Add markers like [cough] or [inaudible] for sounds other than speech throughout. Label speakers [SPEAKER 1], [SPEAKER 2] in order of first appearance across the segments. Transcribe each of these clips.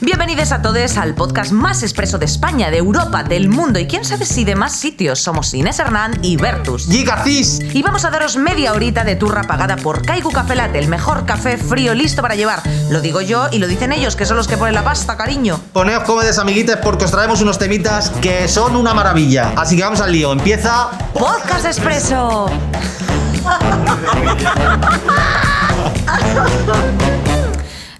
[SPEAKER 1] Bienvenidos a todos al podcast más expreso de España, de Europa, del mundo y quién sabe si de más sitios. Somos Inés Hernán y Bertus.
[SPEAKER 2] ¡Gigacis!
[SPEAKER 1] Y vamos a daros media horita de turra pagada por Kaiku Café Latte, el mejor café frío listo para llevar. Lo digo yo y lo dicen ellos, que son los que ponen la pasta, cariño.
[SPEAKER 2] Poneos cómodos, amiguitos, porque os traemos unos temitas que son una maravilla. Así que vamos al lío. Empieza.
[SPEAKER 1] Podcast expreso.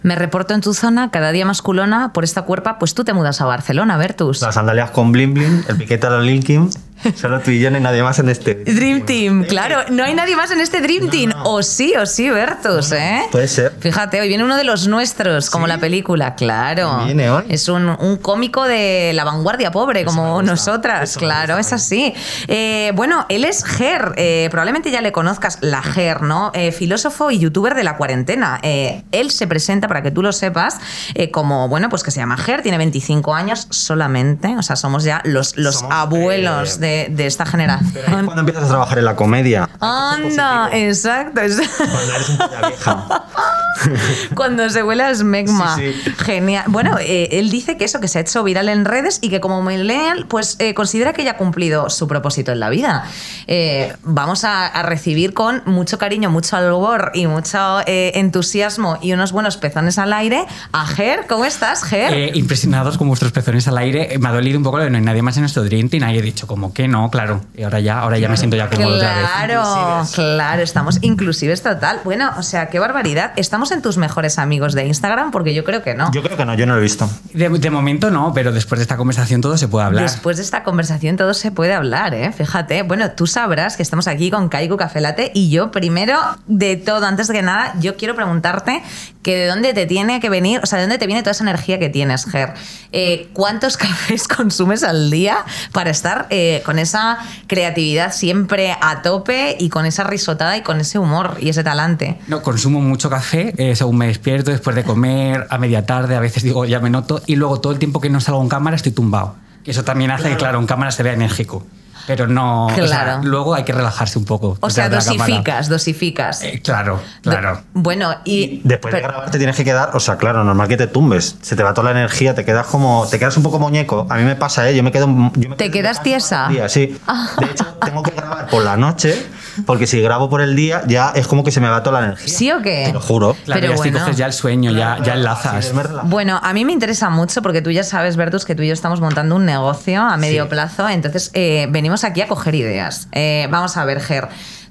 [SPEAKER 1] Me reporto en tu zona, cada día más culona, por esta cuerpa, pues tú te mudas a Barcelona, Bertus.
[SPEAKER 2] Las sandalias con bling bling, el piquete a los Linkin. Solo tú y yo, no hay nadie más en este.
[SPEAKER 1] Dream Team, claro, no hay nadie más en este Dream Team. O sí, o sí, Bertus, ¿eh?
[SPEAKER 2] Puede ser.
[SPEAKER 1] Fíjate, hoy viene uno de los nuestros, como la película, claro.
[SPEAKER 2] Viene hoy.
[SPEAKER 1] Es un, un cómico de la vanguardia pobre, como
[SPEAKER 2] me gusta,
[SPEAKER 1] nosotras,
[SPEAKER 2] eso me
[SPEAKER 1] claro, es así. Eh, bueno, él es Ger, eh, probablemente ya le conozcas, la Ger, ¿no? Eh, filósofo y youtuber de la cuarentena. Eh, él se presenta, para que tú lo sepas, eh, como, bueno, pues que se llama Ger, tiene 25 años solamente, o sea, somos ya los, los
[SPEAKER 2] Somos, eh,
[SPEAKER 1] abuelos de, de esta generación.
[SPEAKER 2] Cuando empiezas a trabajar en la comedia.
[SPEAKER 1] Anda, exacto. exacto.
[SPEAKER 2] Cuando eres un polla vieja.
[SPEAKER 1] [laughs] Cuando se vuela es megma.
[SPEAKER 2] Sí, sí.
[SPEAKER 1] Genial. Bueno, eh, él dice que eso, que se ha hecho viral en redes y que como millennial, pues eh, considera que ya ha cumplido su propósito en la vida. Eh, vamos a, a recibir con mucho cariño, mucho albor y mucho eh, entusiasmo y unos buenos pezones al aire a Ger. ¿Cómo estás, Ger?
[SPEAKER 3] Eh, impresionados con vuestros pezones al aire. Eh, Me ha dolido un poco lo de no hay nadie más en nuestro Dream Team. Ahí he dicho, como que no, claro. Y ahora ya, ahora ya me siento ya cómodo otra vez.
[SPEAKER 1] Claro, claro, estamos inclusives total. Bueno, o sea, qué barbaridad. ¿Estamos en tus mejores amigos de Instagram? Porque yo creo que no.
[SPEAKER 2] Yo creo que no, yo no lo he visto.
[SPEAKER 3] De, de momento no, pero después de esta conversación todo se puede hablar.
[SPEAKER 1] Después de esta conversación todo se puede hablar, ¿eh? Fíjate. Bueno, tú sabrás que estamos aquí con Kaiku Café Latte y yo primero de todo, antes que nada, yo quiero preguntarte que de dónde te tiene que venir, o sea, de dónde te viene toda esa energía que tienes, Ger. Eh, ¿Cuántos [laughs] cafés consumes al día para estar eh, con esa creatividad siempre a tope y con esa risotada y con ese humor y ese talante?
[SPEAKER 3] No, consumo mucho café eh, según me despierto, después de comer, a media tarde, a veces digo, ya me noto. Y luego todo el tiempo que no salgo en cámara estoy tumbado. Eso también hace que, claro, en cámara se vea enérgico. Pero no. o sea,
[SPEAKER 1] Claro.
[SPEAKER 3] luego hay que relajarse un poco.
[SPEAKER 1] O sea,
[SPEAKER 3] detrás de la cámara.
[SPEAKER 1] dosificas, dosificas.
[SPEAKER 3] Eh, claro, claro.
[SPEAKER 1] Bueno, y...
[SPEAKER 2] Después de
[SPEAKER 1] pero-
[SPEAKER 2] grabar te tienes que quedar, o sea, claro, normal que te tumbes, se te va toda la energía, te quedas como, te quedas un poco muñeco. A mí me pasa, ¿eh? Yo me quedo, yo me
[SPEAKER 1] ¿Te
[SPEAKER 2] quedo
[SPEAKER 1] quedas
[SPEAKER 2] en
[SPEAKER 1] tiesa? Ah.
[SPEAKER 2] casa todo el día, sí. De hecho, tengo que grabar por la noche, porque si grabo por el día ya es como que se me va toda la energía.
[SPEAKER 1] ¿Sí o qué?
[SPEAKER 2] Te lo juro.
[SPEAKER 3] Claro,
[SPEAKER 1] Pero
[SPEAKER 3] ya estoy,
[SPEAKER 1] bueno.
[SPEAKER 3] coges ya el sueño, ya, ya enlazas.
[SPEAKER 2] Sí, me relaja.
[SPEAKER 1] Bueno, a mí me interesa mucho porque tú ya sabes, Bertus, que tú y yo estamos montando un negocio a medio plazo, entonces eh, venimos aquí a coger ideas. Eh, vamos a ver, Ger.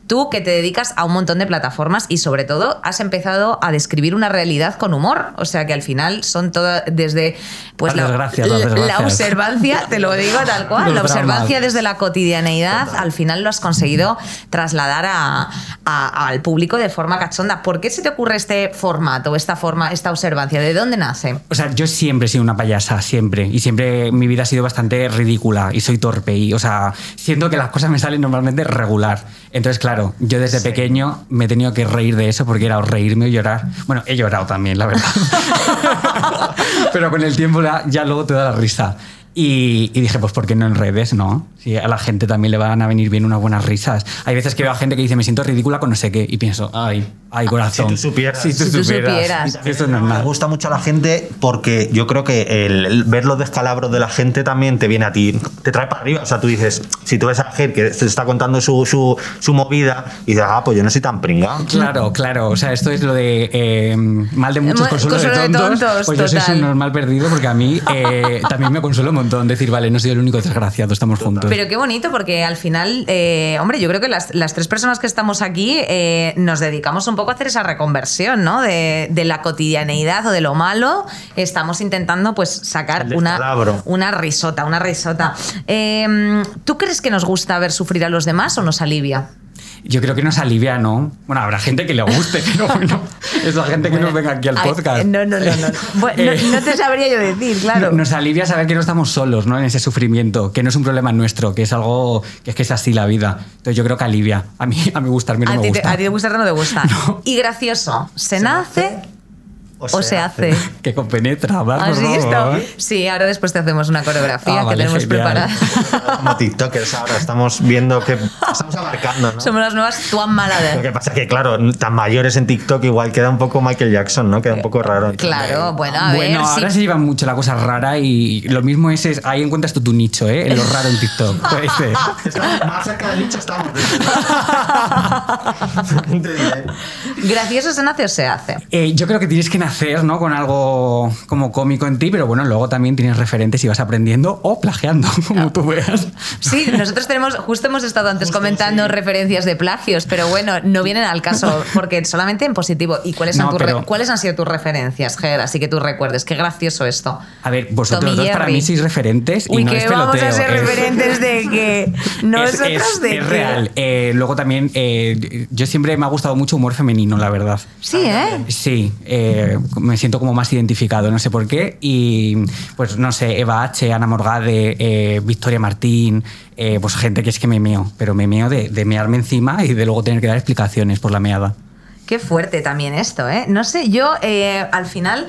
[SPEAKER 1] Tú que te dedicas a un montón de plataformas y sobre todo has empezado a describir una realidad con humor, o sea que al final son todas desde pues
[SPEAKER 3] Las
[SPEAKER 1] la,
[SPEAKER 3] desgracias, las
[SPEAKER 1] la- la
[SPEAKER 3] desgracias.
[SPEAKER 1] observancia, te lo digo tal cual,
[SPEAKER 3] Los
[SPEAKER 1] la observancia
[SPEAKER 3] dramas.
[SPEAKER 1] desde la cotidianeidad, al final lo has conseguido trasladar a- a- al público de forma cachonda. ¿Por qué se te ocurre este formato, esta forma, esta observancia? ¿De dónde nace?
[SPEAKER 3] O sea, yo siempre he sido una payasa, siempre. Y siempre mi vida ha sido bastante ridícula y soy torpe. Y, o sea, siento que las cosas me salen normalmente regular. Entonces, claro, yo desde pequeño me he tenido que reír de eso porque era o reírme o llorar. Bueno, he llorado también, la
[SPEAKER 2] [laughs]
[SPEAKER 3] verdad. Pero con el tiempo ya, ya luego te da la risa. Y, y dije, pues ¿por qué no en redes? No. Si a la gente también le van a venir bien unas buenas risas. Hay veces que veo a gente que dice, me siento ridícula con no sé qué. Y pienso, ay, ay, corazón.
[SPEAKER 2] Ah, tú supieras.
[SPEAKER 3] Si tú,
[SPEAKER 1] Si tú
[SPEAKER 3] supieras.
[SPEAKER 1] supieras.
[SPEAKER 3] Eso es normal.
[SPEAKER 2] Me gusta mucho a la gente porque yo creo que el, el ver los descalabros de la gente también te viene a ti, te trae para arriba. O sea, tú dices, si tú ves a gente que se está contando su, su, su movida y dices, ah, pues yo no soy tan pringado.
[SPEAKER 3] Claro, claro. O sea, esto es lo de eh, mal de muchos
[SPEAKER 1] Mal-
[SPEAKER 3] consuelo, de tontos. pues yo soy
[SPEAKER 1] total.
[SPEAKER 3] un normal perdido porque
[SPEAKER 1] [laughs]
[SPEAKER 3] a mí eh, también me consuelo un montón decir, vale, no soy el único desgraciado, estamos juntos.
[SPEAKER 1] Pero qué bonito, porque al final, eh, hombre, yo creo que las, las tres personas que estamos aquí eh, nos dedicamos un poco a hacer esa reconversión, ¿no? De, de la cotidianeidad o de lo malo, estamos intentando pues sacar
[SPEAKER 2] El
[SPEAKER 1] una,
[SPEAKER 2] descalabro.
[SPEAKER 1] una risota, una risota. Eh, ¿Tú crees que nos gusta ver sufrir a los demás o nos alivia?
[SPEAKER 3] Yo creo que nos alivia, ¿no? Bueno, habrá gente que le guste, [laughs] pero bueno, es la gente que no venga aquí al
[SPEAKER 1] Ay,
[SPEAKER 3] podcast.
[SPEAKER 1] No, no, no,
[SPEAKER 3] [laughs]
[SPEAKER 1] no. Bueno, no, no te sabría yo decir, claro.
[SPEAKER 3] Nos alivia saber que no estamos solos, ¿no? En ese sufrimiento, que no es un problema nuestro, que es algo que es que es así la vida. Entonces yo creo que alivia. A mí, a mí gustarme no
[SPEAKER 1] a,
[SPEAKER 3] me
[SPEAKER 1] ti te,
[SPEAKER 3] gusta.
[SPEAKER 1] a ti te gusta o no te gusta. Y gracioso. ¿Se, nace o, se, hace.
[SPEAKER 3] [laughs] Que compenetra, va, por
[SPEAKER 1] ¿Has visto?
[SPEAKER 3] favor.
[SPEAKER 1] Sí, ahora después te hacemos una coreografía
[SPEAKER 3] Ah,
[SPEAKER 1] que
[SPEAKER 3] vale,
[SPEAKER 1] tenemos
[SPEAKER 3] genial. [laughs]
[SPEAKER 1] preparada.
[SPEAKER 2] Como TikTokers ahora, estamos viendo que estamos abarcando, ¿no?
[SPEAKER 1] Somos las nuevas Tuan
[SPEAKER 2] Lo
[SPEAKER 3] [laughs]
[SPEAKER 1] Malader.
[SPEAKER 2] que pasa es que, claro, tan mayores en TikTok igual queda un poco Michael Jackson, ¿no? Queda un poco raro.
[SPEAKER 1] Claro, bueno, a
[SPEAKER 3] bueno,
[SPEAKER 1] ver.
[SPEAKER 3] ahora
[SPEAKER 1] sí.
[SPEAKER 3] se lleva mucho la cosa rara y lo mismo es, es- ahí encuentras tú tu nicho, ¿eh? En lo raro
[SPEAKER 1] [laughs]
[SPEAKER 3] en TikTok. puede ser.
[SPEAKER 2] Más cerca del nicho estamos. Te diré.
[SPEAKER 1] Gracioso se nace o se hace.
[SPEAKER 3] Eh, yo creo que tienes que nacer, ¿no? Con algo como cómico en ti, pero bueno, luego también tienes referentes y vas aprendiendo o plagiando, [laughs] como tú veas.
[SPEAKER 1] Sí,
[SPEAKER 3] [laughs]
[SPEAKER 1] nosotros tenemos, justo hemos estado antes comentando referencias de plagios, pero bueno, no vienen al
[SPEAKER 3] [laughs]
[SPEAKER 1] caso, porque solamente en positivo. ¿Y cuáles, han
[SPEAKER 3] No,
[SPEAKER 1] tu re-
[SPEAKER 3] pero-
[SPEAKER 1] cuáles han sido tus referencias, Ger? Así que tú recuerdes, qué gracioso esto.
[SPEAKER 3] A ver, vosotros
[SPEAKER 1] Tommy
[SPEAKER 3] dos para
[SPEAKER 1] Jerry.
[SPEAKER 3] mí sois referentes y
[SPEAKER 1] Uy,
[SPEAKER 3] no
[SPEAKER 1] que
[SPEAKER 3] es peloteo.
[SPEAKER 1] vamos a ser
[SPEAKER 3] es-
[SPEAKER 1] referentes de que no es,
[SPEAKER 3] [laughs] es, es-
[SPEAKER 1] de
[SPEAKER 3] es
[SPEAKER 1] que-
[SPEAKER 3] real. Eh, luego también, eh, yo siempre me ha gustado mucho humor femenino, la verdad.
[SPEAKER 1] Sí,
[SPEAKER 3] Ah,
[SPEAKER 1] ¿eh?
[SPEAKER 3] Sí, eh, me siento como más identificado, no sé por qué. Y pues no sé, Eva H., Ana Morgade, eh, Victoria Martín, eh, pues gente que es que me meo, pero me meo de, de mearme encima y de luego tener que dar explicaciones por la meada.
[SPEAKER 1] Qué fuerte también esto, ¿eh? No sé, yo eh, al final,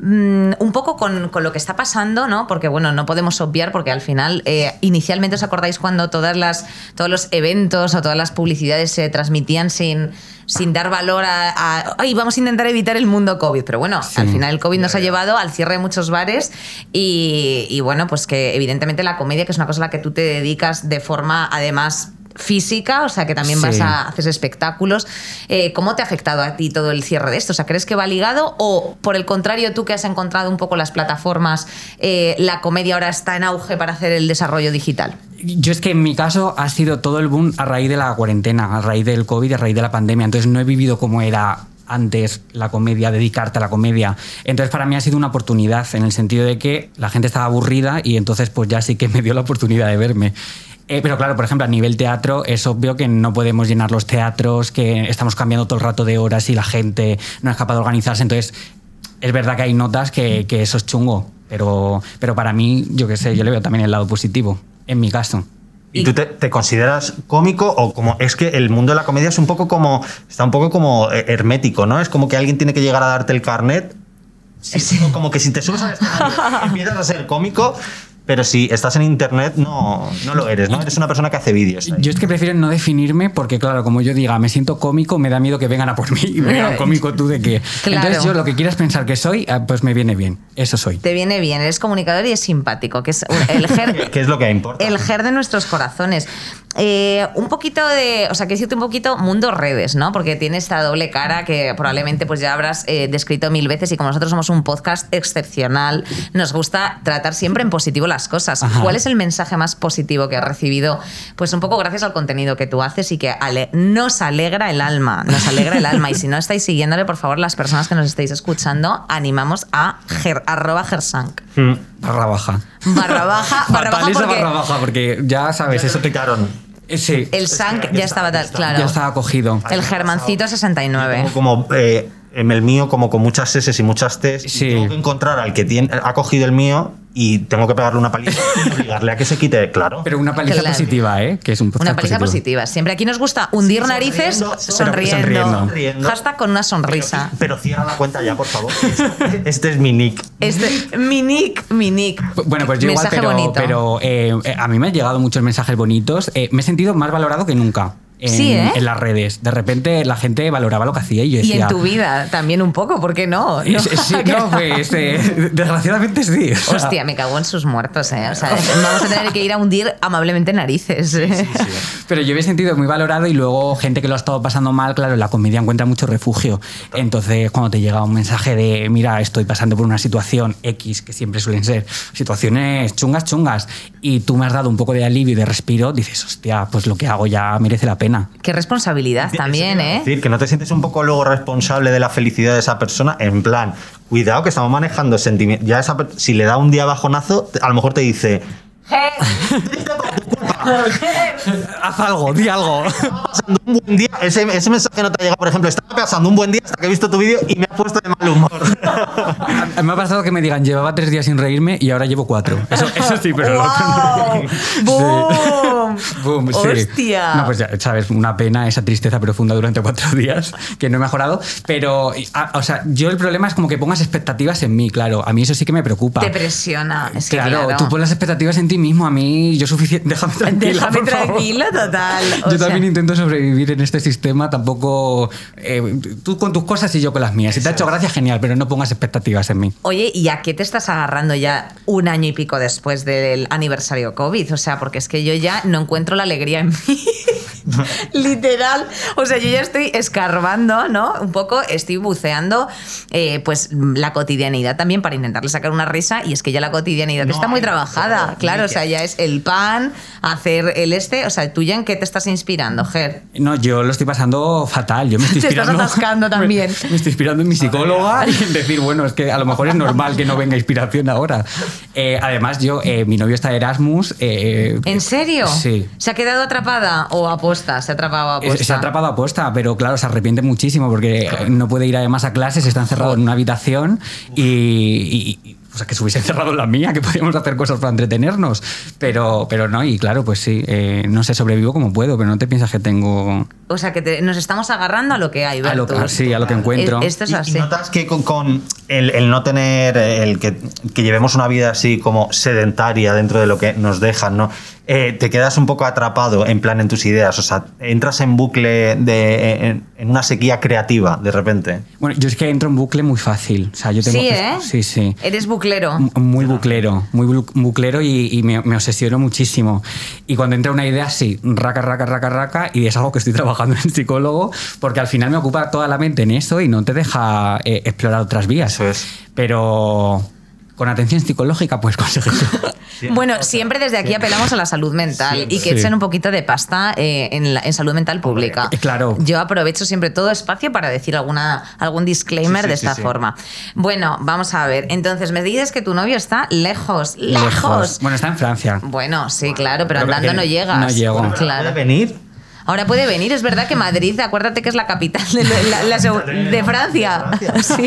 [SPEAKER 1] mm, un poco con, con lo que está pasando, ¿no? Porque bueno, no podemos obviar, porque al final, eh, inicialmente os acordáis cuando todas las, todos los eventos o todas las publicidades se transmitían sin, sin dar valor a, a, Ay, vamos a intentar evitar el mundo COVID. Pero bueno,
[SPEAKER 3] Sí.
[SPEAKER 1] al final el COVID nos ha llevado al cierre de muchos bares y, y bueno, pues que evidentemente la comedia, que es una cosa a la que tú te dedicas de forma además física, o sea que también vas
[SPEAKER 3] Sí.
[SPEAKER 1] a haces espectáculos. Eh, ¿Cómo te ha afectado a ti todo el cierre de esto? O sea, ¿crees que va ligado? O por el contrario, tú que has encontrado un poco las plataformas, eh, la comedia ahora está en auge para hacer el desarrollo digital.
[SPEAKER 3] Yo es que en mi caso ha sido todo el boom a raíz de la cuarentena, a raíz del COVID, a raíz de la pandemia. Entonces no he vivido como era antes la comedia, dedicarte a la comedia. Entonces para mí ha sido una oportunidad en el sentido de que la gente estaba aburrida y entonces pues ya sí que me dio la oportunidad de verme. Eh, pero claro, por ejemplo, a nivel teatro es obvio que no podemos llenar los teatros, que estamos cambiando todo el rato de horas y la gente no es capaz de organizarse. Entonces es verdad que hay notas que, que eso es chungo, pero, pero para mí, yo qué sé, yo le veo también el lado positivo, en mi caso.
[SPEAKER 2] ¿Y tú te, te consideras cómico o como es que el mundo de la comedia es un poco como está un poco como eh, hermético, ¿no? Es como que alguien tiene que llegar a darte el carnet. Sí, como- [laughs] Como que si te subes al escenario empiezas a ser cómico, pero si estás en internet no, no lo eres, ¿no? Eres una persona que hace vídeos. ahí.
[SPEAKER 3] Yo es que prefiero no definirme porque, claro, como yo diga, me siento cómico, me da miedo que vengan a por mí [laughs] y me digan cómico tú de qué.
[SPEAKER 1] Claro.
[SPEAKER 3] Entonces yo lo que quieras pensar que soy, ah, pues me viene bien. Eso soy.
[SPEAKER 1] Te viene bien, eres comunicador y es simpático, que es un- el
[SPEAKER 2] [laughs]
[SPEAKER 1] ger-
[SPEAKER 2] ¿Qué es lo que importa?
[SPEAKER 1] el ger de nuestros corazones. Eh, un poquito de, o sea, que decirte un poquito mundo redes, ¿no? Porque tiene esta doble cara que probablemente pues ya habrás eh, descrito mil veces y como nosotros somos un podcast excepcional, nos gusta tratar siempre en positivo las cosas.
[SPEAKER 3] Ajá.
[SPEAKER 1] ¿Cuál es el mensaje más positivo que has recibido? Pues un poco gracias al contenido que tú haces y que ale- nos alegra el alma, nos alegra el alma. Y si no estáis siguiéndole, por favor, las personas que nos estáis escuchando, animamos a ger- arroba gersank.
[SPEAKER 2] Mm.
[SPEAKER 3] Barra baja.
[SPEAKER 1] [laughs] Barra baja, Ah, barra baja
[SPEAKER 3] Fatal esa
[SPEAKER 1] porque-
[SPEAKER 3] barra baja, porque ya sabes,
[SPEAKER 2] Ya te
[SPEAKER 3] eso te.
[SPEAKER 2] explicaron.
[SPEAKER 3] eh, Sí,
[SPEAKER 1] El Sank ya estaba tal, claro.
[SPEAKER 3] ya estaba cogido.
[SPEAKER 1] El Germancito 69.
[SPEAKER 2] Tengo como eh, en el mío como con muchas S y muchas T
[SPEAKER 3] Sí.
[SPEAKER 2] tengo que encontrar al que tiene, ha cogido el mío y tengo que pegarle una paliza y obligarle a que se quite claro
[SPEAKER 3] Pero una paliza
[SPEAKER 1] Claro.
[SPEAKER 3] positiva, ¿eh? Que es un podcast
[SPEAKER 1] Una paliza
[SPEAKER 3] positivo.
[SPEAKER 1] positiva. Siempre aquí nos gusta hundir narices
[SPEAKER 2] sonriendo,
[SPEAKER 1] sonriendo.
[SPEAKER 3] sonriendo.
[SPEAKER 2] Sonriendo.
[SPEAKER 1] Hashtag con una sonrisa.
[SPEAKER 2] pero cierra la cuenta ya por favor [laughs] este es mi nick
[SPEAKER 1] Este, mi nick, mi nick.
[SPEAKER 3] Bueno, pues yo igual,
[SPEAKER 1] Mensaje
[SPEAKER 3] pero,
[SPEAKER 1] bonito.
[SPEAKER 3] pero, eh, eh, a mí me han llegado muchos mensajes bonitos. Eh, me he sentido más valorado que nunca en,
[SPEAKER 1] Sí, ¿eh?
[SPEAKER 3] en las redes. De repente la gente valoraba lo que hacía y yo
[SPEAKER 1] y
[SPEAKER 3] decía...
[SPEAKER 1] en tu vida también un poco, ¿por qué
[SPEAKER 3] [laughs]
[SPEAKER 1] no?
[SPEAKER 3] Eh, sí,
[SPEAKER 1] [laughs]
[SPEAKER 3] sí, no, pues eh, desgraciadamente sí. O sea,
[SPEAKER 1] Hostia, me cago en sus muertos, ¿eh? O sea,
[SPEAKER 3] [laughs]
[SPEAKER 1] vamos a tener que ir a hundir amablemente narices. ¿eh?
[SPEAKER 3] Pero yo me he sentido muy valorado y luego gente que lo ha estado pasando mal, claro, en la comedia encuentra mucho refugio. Entonces, cuando te llega un mensaje de, mira, estoy pasando por una situación X, que siempre suelen ser situaciones chungas, chungas, y tú me has dado un poco de alivio y de respiro, dices, hostia, pues lo que hago ya merece la pena.
[SPEAKER 1] Qué responsabilidad también, ¿eh?
[SPEAKER 2] Es decir, que no te sientes un poco luego responsable de la felicidad de esa persona, en plan, cuidado que estamos manejando sentimientos. Ya esa per- si le da un día bajonazo, te- a lo mejor te dice,
[SPEAKER 3] Haz algo, di algo.
[SPEAKER 2] pasando un buen día, ese, ese mensaje no te ha llegado, por ejemplo, estaba pasando un buen día hasta que he visto tu vídeo y me has puesto de mal humor.
[SPEAKER 3] A- [laughs] Me ha pasado que me digan, llevaba tres días sin reírme y ahora llevo cuatro. Eso, eso sí, pero lo otro no.
[SPEAKER 1] ¡Wow! ¡Boom! boom.
[SPEAKER 3] Boom, sí.
[SPEAKER 1] Hostia.
[SPEAKER 3] No, pues ya, sabes, una pena, esa tristeza profunda durante cuatro días que no he mejorado. Pero, a- o sea, yo el problema es como que pongas expectativas en mí, claro. A mí eso sí que me preocupa.
[SPEAKER 1] Te presiona. Es que,
[SPEAKER 3] claro,
[SPEAKER 1] claro,
[SPEAKER 3] tú pones las expectativas en ti mismo. A mí, yo suficiente. Déjame tranquila.
[SPEAKER 1] [laughs] Déjame
[SPEAKER 3] por favor.
[SPEAKER 1] tranquilo, total. O
[SPEAKER 3] Yo
[SPEAKER 1] sea,
[SPEAKER 3] también intento sobrevivir en este sistema. Tampoco. eh, tú con tus cosas y yo con las mías. Si te ha hecho gracia, genial, pero no pongas expectativas en mí.
[SPEAKER 1] Oye, ¿y a qué te estás agarrando ya un año y pico después del aniversario COVID? O sea, porque es que yo ya no encuentro la alegría en
[SPEAKER 3] [laughs]
[SPEAKER 1] mí. Literal. O sea, yo ya estoy escarbando, ¿no? Un poco estoy buceando eh, pues la cotidianidad también para intentarle sacar una risa. Y es que ya la cotidianidad
[SPEAKER 2] No
[SPEAKER 1] está muy
[SPEAKER 2] hay,
[SPEAKER 1] trabajada.
[SPEAKER 2] claro,
[SPEAKER 1] claro,
[SPEAKER 2] ni
[SPEAKER 1] o sea,
[SPEAKER 2] que-
[SPEAKER 1] ya es el pan, hacer el este. O sea, ¿tú ya en qué te estás inspirando, Ger?
[SPEAKER 3] No, yo lo estoy pasando fatal. Yo me
[SPEAKER 1] [laughs]
[SPEAKER 3] estoy
[SPEAKER 1] Te estás
[SPEAKER 3] inspirando.
[SPEAKER 1] atascando también.
[SPEAKER 3] [laughs] Me, me estoy inspirando en mi psicóloga y en decir, bueno, es que a lo mejor es normal que no venga inspiración ahora. Eh, además, yo, eh, mi novio está de Erasmus. eh,
[SPEAKER 1] ¿En serio?
[SPEAKER 3] Sí.
[SPEAKER 1] ¿Se ha quedado atrapada o aposta? Se ha atrapado a
[SPEAKER 3] Eh,
[SPEAKER 1] aposta.
[SPEAKER 3] Se ha atrapado a posta, pero claro, se arrepiente muchísimo porque eh, no puede ir además a clases, está encerrado en una habitación y, y- y- o sea, que se hubiese [laughs] encerrado en la mía, que podíamos hacer cosas para entretenernos. Pero, pero no, y claro, pues sí, eh, no sé, sobrevivo como puedo, pero no te piensas que tengo...
[SPEAKER 1] O sea, que te- nos estamos agarrando a lo que hay,
[SPEAKER 3] A lo,
[SPEAKER 1] Bertus.
[SPEAKER 3] ah, sí, a lo que encuentro.
[SPEAKER 1] Es- esto es
[SPEAKER 2] Y-
[SPEAKER 1] así.
[SPEAKER 2] Y, notas que con, con el, el no tener, eh, el que, que llevemos una vida así como sedentaria dentro de lo que nos dejan, ¿no? Eh, te quedas un poco atrapado en plan en tus ideas, o sea, entras en bucle de, en, en una sequía creativa de repente.
[SPEAKER 3] Bueno, yo es que entro en bucle muy fácil. O sea, yo tengo
[SPEAKER 1] sí,
[SPEAKER 3] que-
[SPEAKER 1] ¿eh?
[SPEAKER 3] Sí, sí. Mm.
[SPEAKER 1] Eres buclero.
[SPEAKER 3] M-
[SPEAKER 2] Ah.
[SPEAKER 3] Muy buclero, muy bu- buclero y, y me, me obsesiono muchísimo. Y cuando entra una idea, sí, raca, raca, raca, raca, y es algo que estoy [laughs] trabajando en el psicólogo, porque al final me ocupa toda la mente en eso y no te deja eh, explorar otras vías.
[SPEAKER 2] Eso es.
[SPEAKER 3] Pero con atención psicológica puedes conseguirlo.
[SPEAKER 1] Bueno, siempre desde aquí apelamos a la salud mental y que
[SPEAKER 3] Sí.
[SPEAKER 1] echen un poquito de pasta eh, en, la- en salud mental pública.
[SPEAKER 3] eh, claro.
[SPEAKER 1] Yo aprovecho siempre todo espacio para decir alguna, algún disclaimer
[SPEAKER 2] Sí, sí,
[SPEAKER 1] de
[SPEAKER 2] sí,
[SPEAKER 1] esta
[SPEAKER 2] sí.
[SPEAKER 1] forma. Bueno, vamos a ver. Entonces, me dices que tu novio está lejos, lejos.
[SPEAKER 3] Bueno, está en Francia.
[SPEAKER 1] Bueno, sí, claro, pero
[SPEAKER 3] Pero
[SPEAKER 1] andando
[SPEAKER 3] que
[SPEAKER 1] no llegas.
[SPEAKER 3] no llego. Bueno,
[SPEAKER 1] Claro.
[SPEAKER 2] ¿Puede venir?
[SPEAKER 1] Ahora puede venir, es verdad que Madrid, acuérdate que es la capital de, la- la- la seg- de Francia. [laughs] Sí.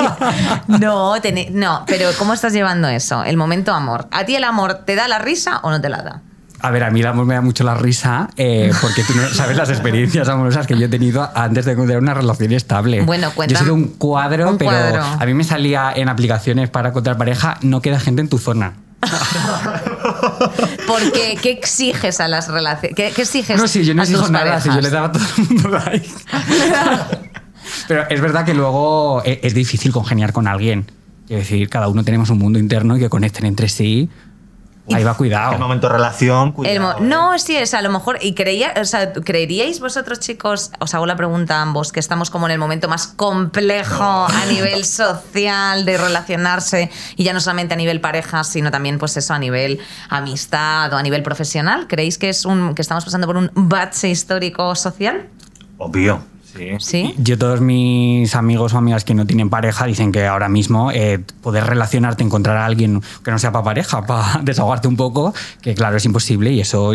[SPEAKER 1] No, tene- no, pero ¿cómo estás llevando eso? El momento amor. ¿A ti el amor te da la risa o no te la da?
[SPEAKER 3] A ver, a mí el amor me da mucho la risa eh, porque
[SPEAKER 1] [laughs]
[SPEAKER 3] tú no sabes las experiencias amorosas que yo he tenido antes de encontrar una relación estable.
[SPEAKER 1] Bueno, cuéntame-
[SPEAKER 3] Yo he sido un cuadro,
[SPEAKER 1] un
[SPEAKER 3] pero
[SPEAKER 1] cuadro.
[SPEAKER 3] a mí me salía en aplicaciones para encontrar pareja, no queda gente en tu zona.
[SPEAKER 1] Porque, ¿qué exiges a las relaciones? ¿Qué, qué exiges
[SPEAKER 3] No, sí, yo no
[SPEAKER 1] a
[SPEAKER 3] exijo
[SPEAKER 1] tus
[SPEAKER 3] nada, si yo
[SPEAKER 1] parejas?
[SPEAKER 3] le daba a todo el
[SPEAKER 1] [laughs]
[SPEAKER 3] mundo like. Pero es verdad que luego e- es difícil congeniar con alguien. Quiero decir, cada uno tenemos un mundo interno y que conecten entre sí. Ahí va,
[SPEAKER 2] El
[SPEAKER 3] cuidado.
[SPEAKER 2] momento relación,
[SPEAKER 1] El
[SPEAKER 2] cuidado, ¿eh?
[SPEAKER 1] mo-
[SPEAKER 3] ¿eh?
[SPEAKER 1] no, sí, es a lo mejor. ¿Y creía, o sea, creeríais vosotros, chicos? Os hago la pregunta a ambos, que estamos como en el momento más complejo a
[SPEAKER 3] [laughs]
[SPEAKER 1] nivel social de relacionarse y ya no solamente a nivel pareja, sino también, pues eso, a nivel amistad o a nivel profesional. ¿Creéis que es un que estamos pasando por un bache histórico social?
[SPEAKER 2] Obvio. Sí.
[SPEAKER 1] Sí.
[SPEAKER 3] Yo todos mis amigos o amigas que no tienen pareja dicen que ahora mismo eh, poder relacionarte, encontrar a alguien que no sea para pareja, para [laughs] desahogarte un poco, que claro, es imposible y eso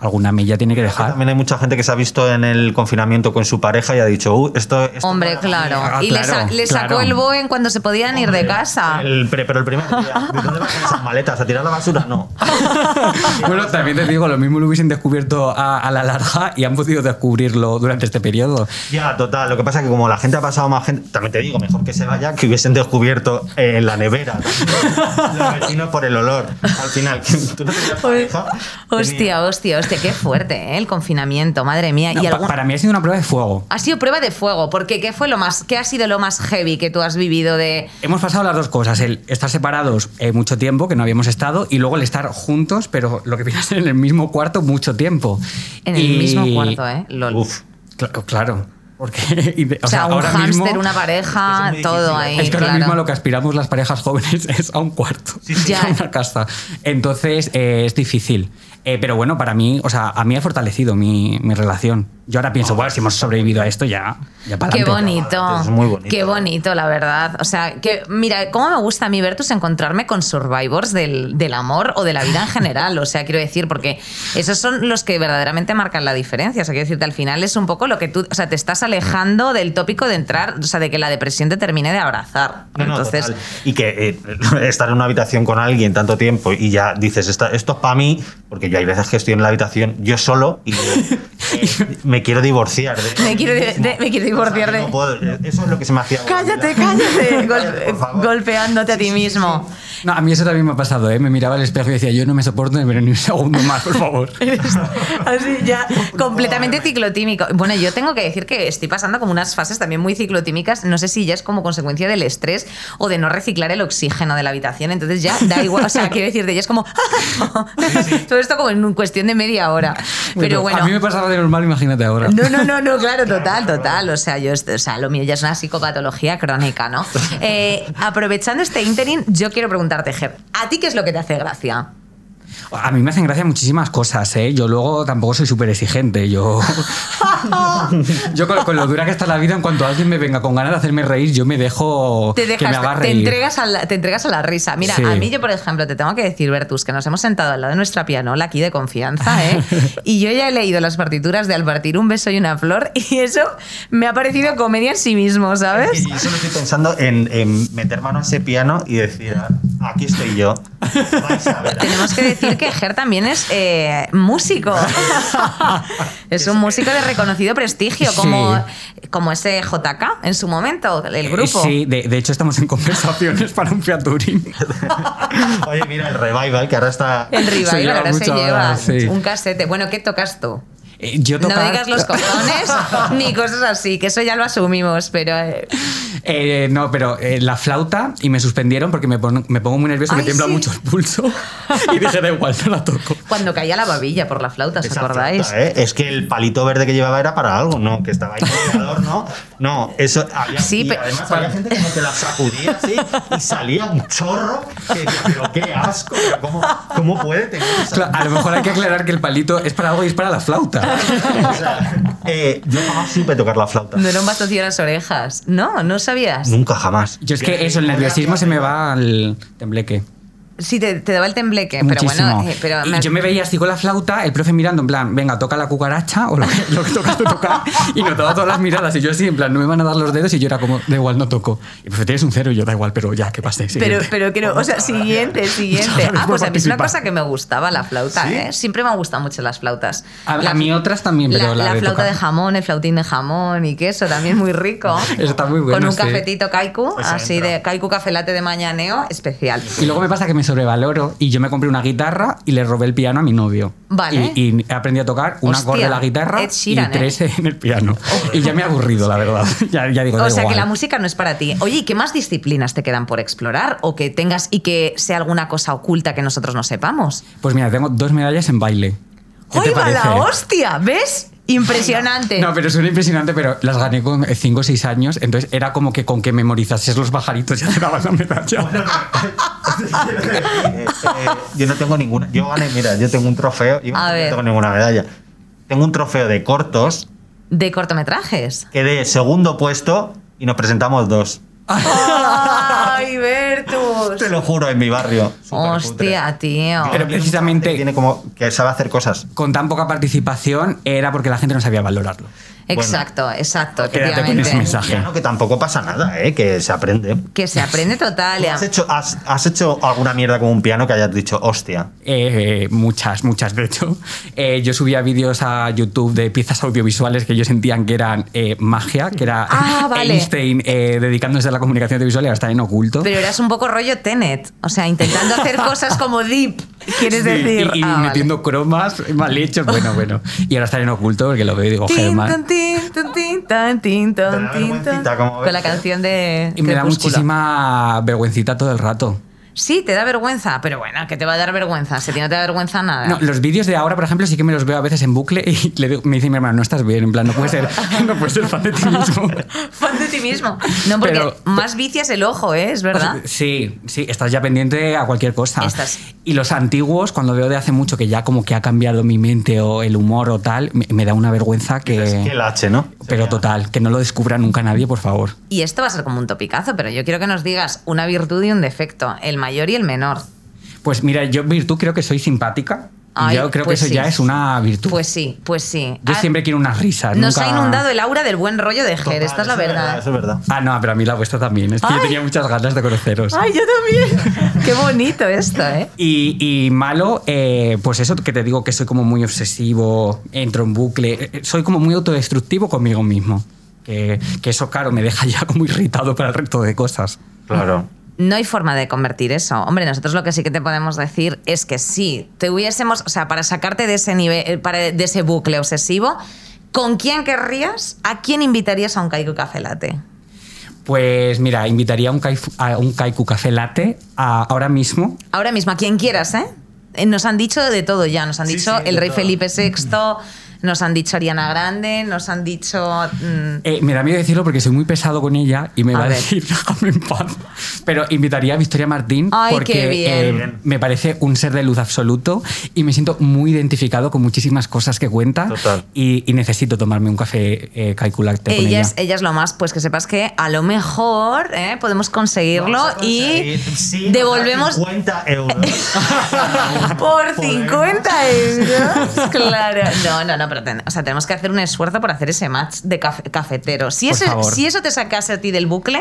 [SPEAKER 3] alguna mella tiene que dejar.
[SPEAKER 2] También hay mucha gente que se ha visto en el confinamiento con su pareja y ha dicho, "Uh, esto, esto
[SPEAKER 1] Hombre, claro.
[SPEAKER 3] Ah,
[SPEAKER 1] y le, sa-
[SPEAKER 3] claro,
[SPEAKER 1] le sacó
[SPEAKER 3] claro.
[SPEAKER 1] el Boeing cuando se podían ir de casa.
[SPEAKER 2] El pre- pero el primer día, ¿de dónde van esas maletas? ¿A tirar la basura? No.
[SPEAKER 3] Bueno, también te digo, lo mismo lo hubiesen descubierto a, a la larga y han podido descubrirlo durante este periodo.
[SPEAKER 2] Ya, total. Lo que pasa es que como la gente ha pasado más gente, también te digo, mejor que se vaya que hubiesen descubierto eh, en la
[SPEAKER 1] [laughs]
[SPEAKER 2] nevera. Los vecinos por el olor. Al final, [laughs] tú no tenías pareja, tenías-
[SPEAKER 1] Hostia, hostia, hostia, qué fuerte, ¿eh? El confinamiento, madre mía.
[SPEAKER 3] No,
[SPEAKER 1] y
[SPEAKER 3] pa-
[SPEAKER 1] algún-
[SPEAKER 3] Para mí ha sido una prueba de fuego.
[SPEAKER 1] Ha sido prueba de fuego, porque ¿qué fue lo más, qué ha sido lo más heavy que tú has vivido de
[SPEAKER 3] Hemos pasado las dos cosas, el estar separados eh, mucho tiempo, que no habíamos estado, y luego el estar juntos, pero lo que viene a ser en el mismo cuarto mucho tiempo.
[SPEAKER 1] en el
[SPEAKER 3] Y-
[SPEAKER 1] mismo cuarto, eh? Lol.
[SPEAKER 2] Uf.
[SPEAKER 3] Claro, claro. Porque, [laughs] y de-
[SPEAKER 1] o, sea, un
[SPEAKER 3] ahora mismo-
[SPEAKER 1] hámster, una pareja,
[SPEAKER 2] es que es muy
[SPEAKER 1] todo ahí.
[SPEAKER 2] difícil.
[SPEAKER 3] Es que ahora
[SPEAKER 1] claro.
[SPEAKER 3] mismo a lo que aspiramos las parejas jóvenes [laughs] es a un cuarto,
[SPEAKER 1] sí.
[SPEAKER 3] [laughs] a una casa. Entonces eh, es difícil. Eh, pero bueno, para mí, o sea, a mí ha fortalecido mi, mi relación. Yo ahora pienso, bueno, si hemos sobrevivido a esto, ya, ya para
[SPEAKER 1] Qué
[SPEAKER 3] adelante".
[SPEAKER 1] bonito.
[SPEAKER 2] Es muy bonito.
[SPEAKER 1] Qué bonito, la verdad. O sea, que mira, cómo me gusta a mí Bertus encontrarme con survivors del, del amor o de la vida en general. O sea, quiero decir, porque esos son los que verdaderamente marcan la diferencia. O sea, quiero decirte, al final es un poco lo que tú, o sea, te estás alejando del tópico de entrar, o sea, de que la depresión te termine de abrazar.
[SPEAKER 2] No, no,
[SPEAKER 1] Entonces,
[SPEAKER 2] total. Y que eh, [laughs] estar en una habitación con alguien tanto tiempo y ya dices, "Esta- esto es para mí, porque yo hay veces que estoy en la habitación yo solo y digo,
[SPEAKER 1] [laughs]
[SPEAKER 2] eh, me quiero divorciar. de-
[SPEAKER 1] Me quiero di- de- me quiero divorciar
[SPEAKER 2] O sea,
[SPEAKER 1] de-
[SPEAKER 2] no puedo- eh, eso es lo que se me hacía.
[SPEAKER 1] cállate,
[SPEAKER 3] [laughs]
[SPEAKER 1] cállate, gol-
[SPEAKER 2] [laughs] Por favor.
[SPEAKER 1] golpeándote a ti mismo. [laughs]
[SPEAKER 3] No, a mí eso también me ha pasado, ¿eh? Me miraba al espejo y decía, yo no me soporto pero ni un [laughs] segundo más, por favor.
[SPEAKER 1] Así
[SPEAKER 3] [laughs]
[SPEAKER 1] ya, completamente ciclotímico. Bueno, yo tengo que decir que estoy pasando como unas fases también muy ciclotímicas. No sé si ya es como consecuencia del estrés o de no reciclar el oxígeno de la habitación. Entonces ya da igual. O sea, quiero decir, de ya es como. [laughs] Todo esto como en un- cuestión de media hora. Pero bueno.
[SPEAKER 3] A mí me pasaba de normal, imagínate ahora.
[SPEAKER 1] No, no, no, no, claro, total, total. O sea, yo, o sea, lo mío ya es una psicopatología crónica,
[SPEAKER 3] [laughs]
[SPEAKER 1] ¿no? Eh, aprovechando este interim, yo quiero preguntarte, Ger, ¿a ti qué es lo que te hace gracia?
[SPEAKER 3] A mí me hacen gracia muchísimas cosas, ¿eh? Yo luego tampoco soy súper exigente. Yo, [laughs] yo con, con lo dura que está la vida, en cuanto alguien me venga con ganas de hacerme reír, yo me dejo
[SPEAKER 1] te
[SPEAKER 3] que me
[SPEAKER 1] dejas,
[SPEAKER 3] haga
[SPEAKER 1] te,
[SPEAKER 3] reír.
[SPEAKER 1] entregas a la, te entregas a la risa. Mira,
[SPEAKER 3] Sí.
[SPEAKER 1] a mí yo, por ejemplo, te tengo que decir, Bertus, que nos hemos sentado al lado de nuestra pianola aquí de confianza,
[SPEAKER 3] [laughs]
[SPEAKER 1] ¿eh? y yo ya he leído las partituras de Al partir un beso y una flor, y eso me ha parecido comedia en sí mismo, ¿sabes?
[SPEAKER 2] Y yo solo estoy pensando en, en meter mano a ese piano y decir, "Ah, aquí estoy yo. Vais a ver.
[SPEAKER 1] Tenemos que decir que Ger también es eh,
[SPEAKER 3] [laughs]
[SPEAKER 1] músico. es un músico de reconocido prestigio,
[SPEAKER 3] Sí.
[SPEAKER 1] como, como ese JK en su momento, el grupo.
[SPEAKER 3] Eh, Sí, de, de hecho estamos en [laughs] conversaciones para un featuring.
[SPEAKER 2] Oye, mira el revival que ahora está.
[SPEAKER 1] El rival,
[SPEAKER 3] lleva
[SPEAKER 1] ahora se
[SPEAKER 3] mucho
[SPEAKER 1] lleva
[SPEAKER 3] ahora, sí.
[SPEAKER 1] un casete. Bueno, ¿qué tocas tú?
[SPEAKER 3] Eh, yo tocar-
[SPEAKER 1] No digas los cojones ni cosas así, que eso ya lo asumimos, pero... eh,
[SPEAKER 3] [laughs] Eh, no, pero eh, la flauta y me suspendieron porque me, pon- me pongo muy nervioso, me
[SPEAKER 1] Ay,
[SPEAKER 3] tiembla
[SPEAKER 1] sí.
[SPEAKER 3] mucho el pulso [laughs] y dije, da igual, no la toco.
[SPEAKER 1] cuando caía la babilla por la flauta, ¿os
[SPEAKER 2] Esa
[SPEAKER 1] acordáis?
[SPEAKER 2] flauta, ¿eh? Es que el palito verde que llevaba era para algo, ¿no? Que estaba ahí en el adorno. No, eso había.
[SPEAKER 1] Sí,
[SPEAKER 2] y
[SPEAKER 1] pe-
[SPEAKER 2] además había gente como que la sacudía así y salía un chorro. Que, decía, pero qué asco, pero ¿cómo, cómo puede tener esa
[SPEAKER 3] Claro, a lo mejor hay que aclarar que el palito es para algo y es para la flauta.
[SPEAKER 2] [laughs] O sea, eh, yo jamás supe tocar la flauta.
[SPEAKER 1] No era un bastoncillo en las orejas. No, no sabías.
[SPEAKER 2] Nunca, jamás.
[SPEAKER 3] Yo es que eso, el nerviosismo se me va al tembleque.
[SPEAKER 1] Sí, te, te daba el tembleque, pero
[SPEAKER 3] Muchísimo.
[SPEAKER 1] bueno... eh, pero
[SPEAKER 3] Y
[SPEAKER 1] me-
[SPEAKER 3] yo me veía así con la flauta, el profe mirando en plan, venga, toca la cucaracha o lo que, lo que toca, tú toca. Y notaba todas las miradas y yo así, en plan, no me van a dar los dedos y yo era como, da igual, no toco. Y el profe, tienes un cero y yo, da igual, pero ya, que pase.
[SPEAKER 1] Pero,
[SPEAKER 3] siguiente".
[SPEAKER 1] pero creo, o sea, siguiente, siguiente.
[SPEAKER 3] Gracias
[SPEAKER 1] Ah,
[SPEAKER 3] por
[SPEAKER 1] pues a mí es una
[SPEAKER 3] participar.
[SPEAKER 1] cosa que me gustaba la flauta,
[SPEAKER 2] ¿Sí?
[SPEAKER 1] ¿eh? Siempre me han gustado mucho las flautas.
[SPEAKER 3] A-
[SPEAKER 1] La-
[SPEAKER 3] a mí otras también, pero la de
[SPEAKER 1] flauta
[SPEAKER 3] tocar.
[SPEAKER 1] de jamón, el flautín de jamón y queso, también muy rico.
[SPEAKER 3] [laughs] Eso está muy bueno,
[SPEAKER 1] Con un
[SPEAKER 3] sí.
[SPEAKER 1] cafetito kaiku,
[SPEAKER 2] Esa
[SPEAKER 1] así
[SPEAKER 2] entra.
[SPEAKER 1] de kaiku café latte de mañaneo, especial.
[SPEAKER 3] Pues Y luego me pasa que me sobrevaloro y yo me compré una guitarra y le robé el piano a mi novio.
[SPEAKER 1] Vale.
[SPEAKER 3] Y, y aprendí a tocar un
[SPEAKER 1] Hostia,
[SPEAKER 3] acorde de la guitarra
[SPEAKER 1] Ed Sheeran, ¿eh?
[SPEAKER 3] y tres en el piano. Y ya me ha aburrido, la verdad. [laughs] ya, ya digo, da
[SPEAKER 1] O sea que
[SPEAKER 3] igual.
[SPEAKER 1] la música no es para ti. Oye, ¿y qué más disciplinas te quedan por explorar o que tengas y que sea alguna cosa oculta que nosotros no sepamos?
[SPEAKER 3] Pues mira, tengo dos medallas en baile. ¿Qué
[SPEAKER 1] ¡Hoy
[SPEAKER 3] te
[SPEAKER 1] va la
[SPEAKER 3] parece?
[SPEAKER 1] hostia! ¿Ves? Impresionante.
[SPEAKER 3] No, pero suena impresionante, pero las gané con 5 o 6 años, entonces era como que con que memorizases los pajaritos ya te daban la medalla.
[SPEAKER 2] Eh, eh, [laughs] yo no tengo ninguna. Yo gané, mira, yo tengo un trofeo. Yo
[SPEAKER 1] A
[SPEAKER 2] no
[SPEAKER 1] ver.
[SPEAKER 2] tengo ninguna medalla. Tengo un trofeo de cortos
[SPEAKER 1] De cortometrajes.
[SPEAKER 2] quedé segundo puesto y nos presentamos dos.
[SPEAKER 1] ¡Ay, Bertus!
[SPEAKER 2] Te lo juro, en mi barrio. Supercutre.
[SPEAKER 1] Hostia, tío.
[SPEAKER 3] Pero
[SPEAKER 2] Que
[SPEAKER 3] precisamente
[SPEAKER 2] Tiene como que sabe hacer cosas.
[SPEAKER 3] con tan poca participación era porque la gente no sabía valorarlo.
[SPEAKER 1] Exacto, exacto,
[SPEAKER 3] Quédate con ese
[SPEAKER 1] efectivamente.
[SPEAKER 3] mensaje.
[SPEAKER 2] Claro que tampoco pasa nada, ¿eh? que se aprende.
[SPEAKER 1] Que se aprende total. ya.
[SPEAKER 2] ¿Has hecho, has, has hecho alguna mierda con un piano que hayas dicho, hostia?
[SPEAKER 3] Eh, eh, muchas, muchas, de hecho. Eh, yo subía vídeos a YouTube de piezas audiovisuales que ellos sentían que eran eh, magia, que era [laughs]
[SPEAKER 1] Ah, vale.
[SPEAKER 3] Einstein eh, dedicándose a la comunicación audiovisual y ahora está en oculto.
[SPEAKER 1] Pero eras un poco rollo Tenet. O sea, intentando
[SPEAKER 3] [laughs]
[SPEAKER 1] hacer cosas como deep, quieres
[SPEAKER 3] Sí,
[SPEAKER 1] decir.
[SPEAKER 3] Y, y
[SPEAKER 1] Ah, vale.
[SPEAKER 3] metiendo cromas mal hechos, bueno, bueno. Y ahora está en oculto porque lo veo y digo,
[SPEAKER 1] Tin,
[SPEAKER 3] Germán.
[SPEAKER 1] tan, tin, tan, tin, tan, tin, tan,
[SPEAKER 2] Te da
[SPEAKER 1] tin, tan.
[SPEAKER 2] vergüencita, como
[SPEAKER 1] Con la
[SPEAKER 2] ves.
[SPEAKER 1] canción de
[SPEAKER 3] ¿eh? Y me da
[SPEAKER 1] Crepúsculo.
[SPEAKER 3] muchísima vergüencita todo el rato.
[SPEAKER 1] Sí, te da vergüenza, pero bueno, que te va a dar vergüenza. Si a ti no te da vergüenza nada.
[SPEAKER 3] No, los vídeos de ahora, por ejemplo, sí que me los veo a veces en bucle y le digo- me dice mi hermano, no estás bien, en plan, no puede ser, [laughs] no puede ser fan de
[SPEAKER 1] [laughs]
[SPEAKER 3] ti mismo.
[SPEAKER 1] [laughs] Fan de ti mismo. No, porque
[SPEAKER 3] Pero- Pues
[SPEAKER 1] más vicias el ojo, ¿eh? Es verdad.
[SPEAKER 3] Sí, sí, estás ya pendiente a cualquier cosa.
[SPEAKER 1] Estás.
[SPEAKER 3] Y los antiguos, cuando veo de hace mucho que ya como que ha cambiado mi mente o el humor o tal, me, me da una vergüenza
[SPEAKER 2] Es que el
[SPEAKER 3] que...
[SPEAKER 2] H, ¿no?
[SPEAKER 3] Eh, Pero total, que no lo descubra nunca nadie, por favor.
[SPEAKER 1] Y esto va a ser como un topicazo, pero yo quiero que nos digas una virtud y un defecto, el mayor y el menor.
[SPEAKER 3] Pues mira, yo en virtud creo que soy simpática.
[SPEAKER 1] Ay,
[SPEAKER 3] yo creo
[SPEAKER 1] pues
[SPEAKER 3] que eso
[SPEAKER 1] sí.
[SPEAKER 3] ya es una virtud.
[SPEAKER 1] Pues sí, pues sí.
[SPEAKER 3] yo
[SPEAKER 1] Ah,
[SPEAKER 3] siempre quiero unas risas.
[SPEAKER 1] Nos
[SPEAKER 3] nunca-
[SPEAKER 1] ha inundado el aura del buen rollo de Ger,
[SPEAKER 2] Total,
[SPEAKER 1] esta es la
[SPEAKER 2] eso
[SPEAKER 1] verdad.
[SPEAKER 2] Eso es verdad.
[SPEAKER 3] Ah, no, pero a mí la vuestra también. Es que yo
[SPEAKER 1] Ay.
[SPEAKER 3] tenía muchas ganas de conoceros.
[SPEAKER 1] Ay, yo
[SPEAKER 3] [laughs]
[SPEAKER 1] también. Qué bonito esto, ¿eh?
[SPEAKER 3] Y, y malo, eh, pues eso que te digo que soy como muy obsesivo, entro en bucle, eh, eh, soy como muy autodestructivo conmigo mismo. Que, que eso, claro, me deja ya como irritado para el resto de cosas.
[SPEAKER 2] Claro.
[SPEAKER 1] No hay forma de convertir eso. Hombre, nosotros lo que sí que te podemos decir es que si te hubiésemos, o sea, para sacarte de ese nivel, para, de ese bucle obsesivo, ¿con quién querrías? ¿A quién invitarías a un caico café latte?
[SPEAKER 3] Pues mira, invitaría a un, caifu- a un Kaiku Café Latte a- ahora mismo.
[SPEAKER 1] Ahora mismo, a quien quieras, ¿eh? Eh, Nos han dicho de todo ya. Nos han
[SPEAKER 2] Sí,
[SPEAKER 1] dicho
[SPEAKER 2] sí,
[SPEAKER 1] el
[SPEAKER 2] de
[SPEAKER 1] rey
[SPEAKER 2] todo.
[SPEAKER 1] Felipe VI, nos han dicho Ariana Grande, nos han dicho. mm,
[SPEAKER 3] Eh, me da miedo decirlo porque soy muy pesado con ella y me
[SPEAKER 1] A
[SPEAKER 3] va a
[SPEAKER 1] ver.
[SPEAKER 3] decir, [laughs] déjame en paz. Pero invitaría a Victoria Martín
[SPEAKER 1] Ay,
[SPEAKER 3] porque
[SPEAKER 1] qué bien.
[SPEAKER 3] eh, me parece un ser de luz absoluto y me siento muy identificado con muchísimas cosas que cuenta.
[SPEAKER 2] Total.
[SPEAKER 3] Y, y necesito tomarme un café eh, calculante con
[SPEAKER 1] Ella
[SPEAKER 3] ella.
[SPEAKER 1] es, ella es lo más, pues que sepas que a lo mejor ¿eh? podemos conseguirlo
[SPEAKER 2] Vamos a
[SPEAKER 1] y
[SPEAKER 2] conseguir, sí,
[SPEAKER 1] devolvemos
[SPEAKER 2] 50 [laughs] euros.
[SPEAKER 1] por
[SPEAKER 2] Podemos.
[SPEAKER 1] 50 euros. [laughs] Claro. No, no, no, pero ten- o sea, tenemos que hacer un esfuerzo por hacer ese match de cafe- cafetero. Si,
[SPEAKER 3] Por
[SPEAKER 1] eso,
[SPEAKER 3] favor.
[SPEAKER 1] si eso te sacase a ti del bucle,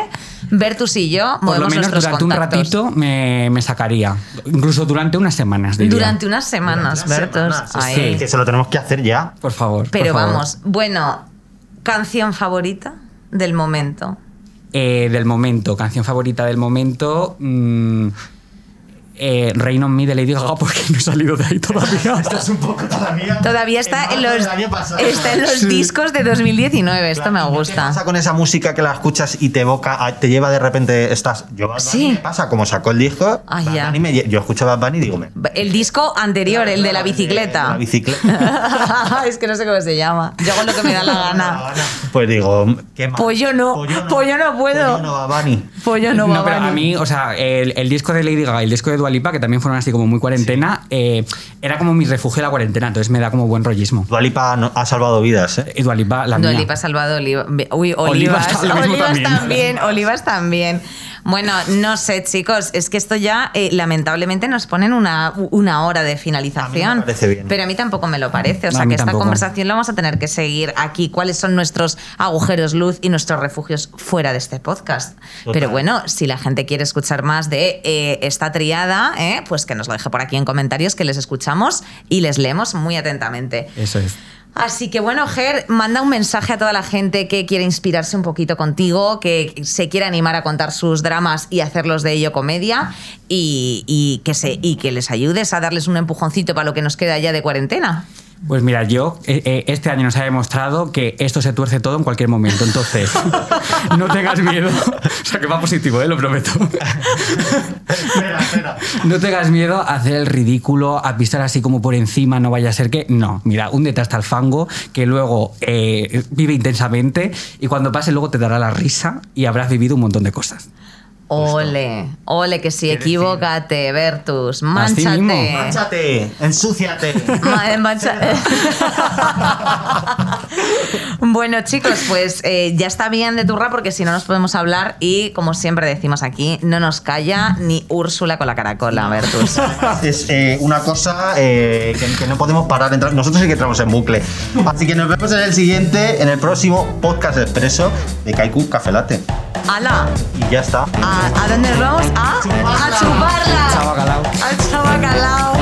[SPEAKER 1] Bertus y yo
[SPEAKER 3] Por lo
[SPEAKER 1] movemos
[SPEAKER 3] menos
[SPEAKER 1] nuestros
[SPEAKER 3] durante
[SPEAKER 1] contactos.
[SPEAKER 3] un ratito me, me sacaría. Incluso durante unas semanas, diría.
[SPEAKER 1] Durante unas semanas, Bertus. Ay.
[SPEAKER 2] Sí, que se lo tenemos que hacer ya.
[SPEAKER 3] Por favor. por
[SPEAKER 1] Pero
[SPEAKER 3] favor.
[SPEAKER 1] vamos, bueno, canción favorita del momento.
[SPEAKER 3] Eh, del momento, canción favorita del momento. mm, eh, Rain on Me de Lady Gaga porque no he salido de
[SPEAKER 1] [laughs]
[SPEAKER 3] ahí todavía. [laughs]
[SPEAKER 2] Esta es un poco todavía.
[SPEAKER 1] Todavía está
[SPEAKER 2] en
[SPEAKER 1] en
[SPEAKER 2] marzo
[SPEAKER 1] los,
[SPEAKER 2] del año pasado.
[SPEAKER 1] está en los
[SPEAKER 3] Sí.
[SPEAKER 1] discos de 2019. Esto me
[SPEAKER 2] Claro, ¿y ¿Qué
[SPEAKER 1] gusta.
[SPEAKER 2] pasa con esa música que la escuchas y te evoca, a- te lleva de repente, estás. Yo Bad Bunny
[SPEAKER 1] Sí.
[SPEAKER 2] me pasa, como sacó el disco,
[SPEAKER 1] Ah,
[SPEAKER 2] Bad
[SPEAKER 1] ya.
[SPEAKER 2] Bunny me lle- yo escucho Bad Bunny y digo, me-
[SPEAKER 1] El disco anterior, el de la
[SPEAKER 2] La
[SPEAKER 3] [laughs]
[SPEAKER 1] bicicleta.
[SPEAKER 2] bicicleta.
[SPEAKER 1] [laughs] es que no sé cómo se llama. Yo hago lo que me da la
[SPEAKER 2] [laughs]
[SPEAKER 1] gana.
[SPEAKER 2] Pues digo, qué mal.
[SPEAKER 1] Pues yo no, pues yo no puedo.
[SPEAKER 2] Pues yo no, Bad Bunny.
[SPEAKER 1] Pollo no,
[SPEAKER 3] pero
[SPEAKER 1] Babani.
[SPEAKER 3] a mí, o sea, el, el disco de Lady Gaga y el disco de Dua Lipa, que también fueron así como muy cuarentena, eh, era como mi refugio de la cuarentena, entonces me da como buen rollismo.
[SPEAKER 2] Dua Lipa no- ha salvado vidas, ¿eh?
[SPEAKER 3] Y Dua Lipa, la
[SPEAKER 1] Dua
[SPEAKER 3] mía.
[SPEAKER 1] Lipa, Salvador Oliva- Uy,
[SPEAKER 3] Olivas,
[SPEAKER 1] [laughs] Olivas.
[SPEAKER 3] lo
[SPEAKER 1] Olivas,
[SPEAKER 3] mismo
[SPEAKER 1] también.
[SPEAKER 3] también.
[SPEAKER 1] Olivas también. Bueno, no sé, chicos, es que esto ya eh, lamentablemente nos ponen una, una hora de finalización.
[SPEAKER 2] A mí me parece bien.
[SPEAKER 1] Pero a mí tampoco me lo parece. O
[SPEAKER 3] No,
[SPEAKER 1] sea
[SPEAKER 3] a mí
[SPEAKER 1] que esta
[SPEAKER 3] tampoco.
[SPEAKER 1] conversación la vamos a tener que seguir aquí. ¿Cuáles son nuestros agujeros luz y nuestros refugios fuera de este podcast?
[SPEAKER 2] Total.
[SPEAKER 1] Pero bueno, si la gente quiere escuchar más de eh, esta triada, eh, pues que nos lo deje por aquí en comentarios, que les escuchamos y les leemos muy atentamente.
[SPEAKER 3] Eso es.
[SPEAKER 1] Así que bueno, Ger, manda un mensaje a toda la gente que quiere inspirarse un poquito contigo, que se quiere animar a contar sus dramas y hacerlos de ello comedia y, y que, se, y que les ayudes a darles un empujoncito para lo que nos queda ya de cuarentena.
[SPEAKER 3] Pues mira, yo eh, eh, este año nos ha demostrado que esto se tuerce todo en cualquier momento, entonces [laughs] no tengas miedo. [laughs] O sea, que va positivo, ¿eh? lo prometo.
[SPEAKER 2] espera, espera.
[SPEAKER 3] No tengas miedo a hacer el ridículo, a pisar así como por encima, no vaya a ser que. No, mira, húndete hasta el fango, que luego eh, vive intensamente y cuando pase luego te dará la risa y habrás vivido un montón de cosas.
[SPEAKER 1] Ole, ole, que si
[SPEAKER 2] decir?
[SPEAKER 1] equivócate, Bertus,
[SPEAKER 3] Así mismo.
[SPEAKER 1] manchate.
[SPEAKER 2] Mánchate, ensúciate.
[SPEAKER 1] Ah, [laughs] bueno, chicos, pues eh, ya está bien de turra porque si no nos podemos hablar y, como siempre decimos aquí, no nos calla ni Úrsula con la caracola, Bertus.
[SPEAKER 2] es eh, una cosa eh, que, que no podemos parar. Entra- Nosotros sí que entramos en bucle. Así que nos vemos en el siguiente, en el próximo podcast expreso de Kaiku Café Latte.
[SPEAKER 1] ¡Hala!
[SPEAKER 2] Y ya está.
[SPEAKER 1] ¿A, a dónde nos vamos? ¿A? ¡A chuparla!
[SPEAKER 3] Chao, bacalao.
[SPEAKER 1] ¡Al chabacalao!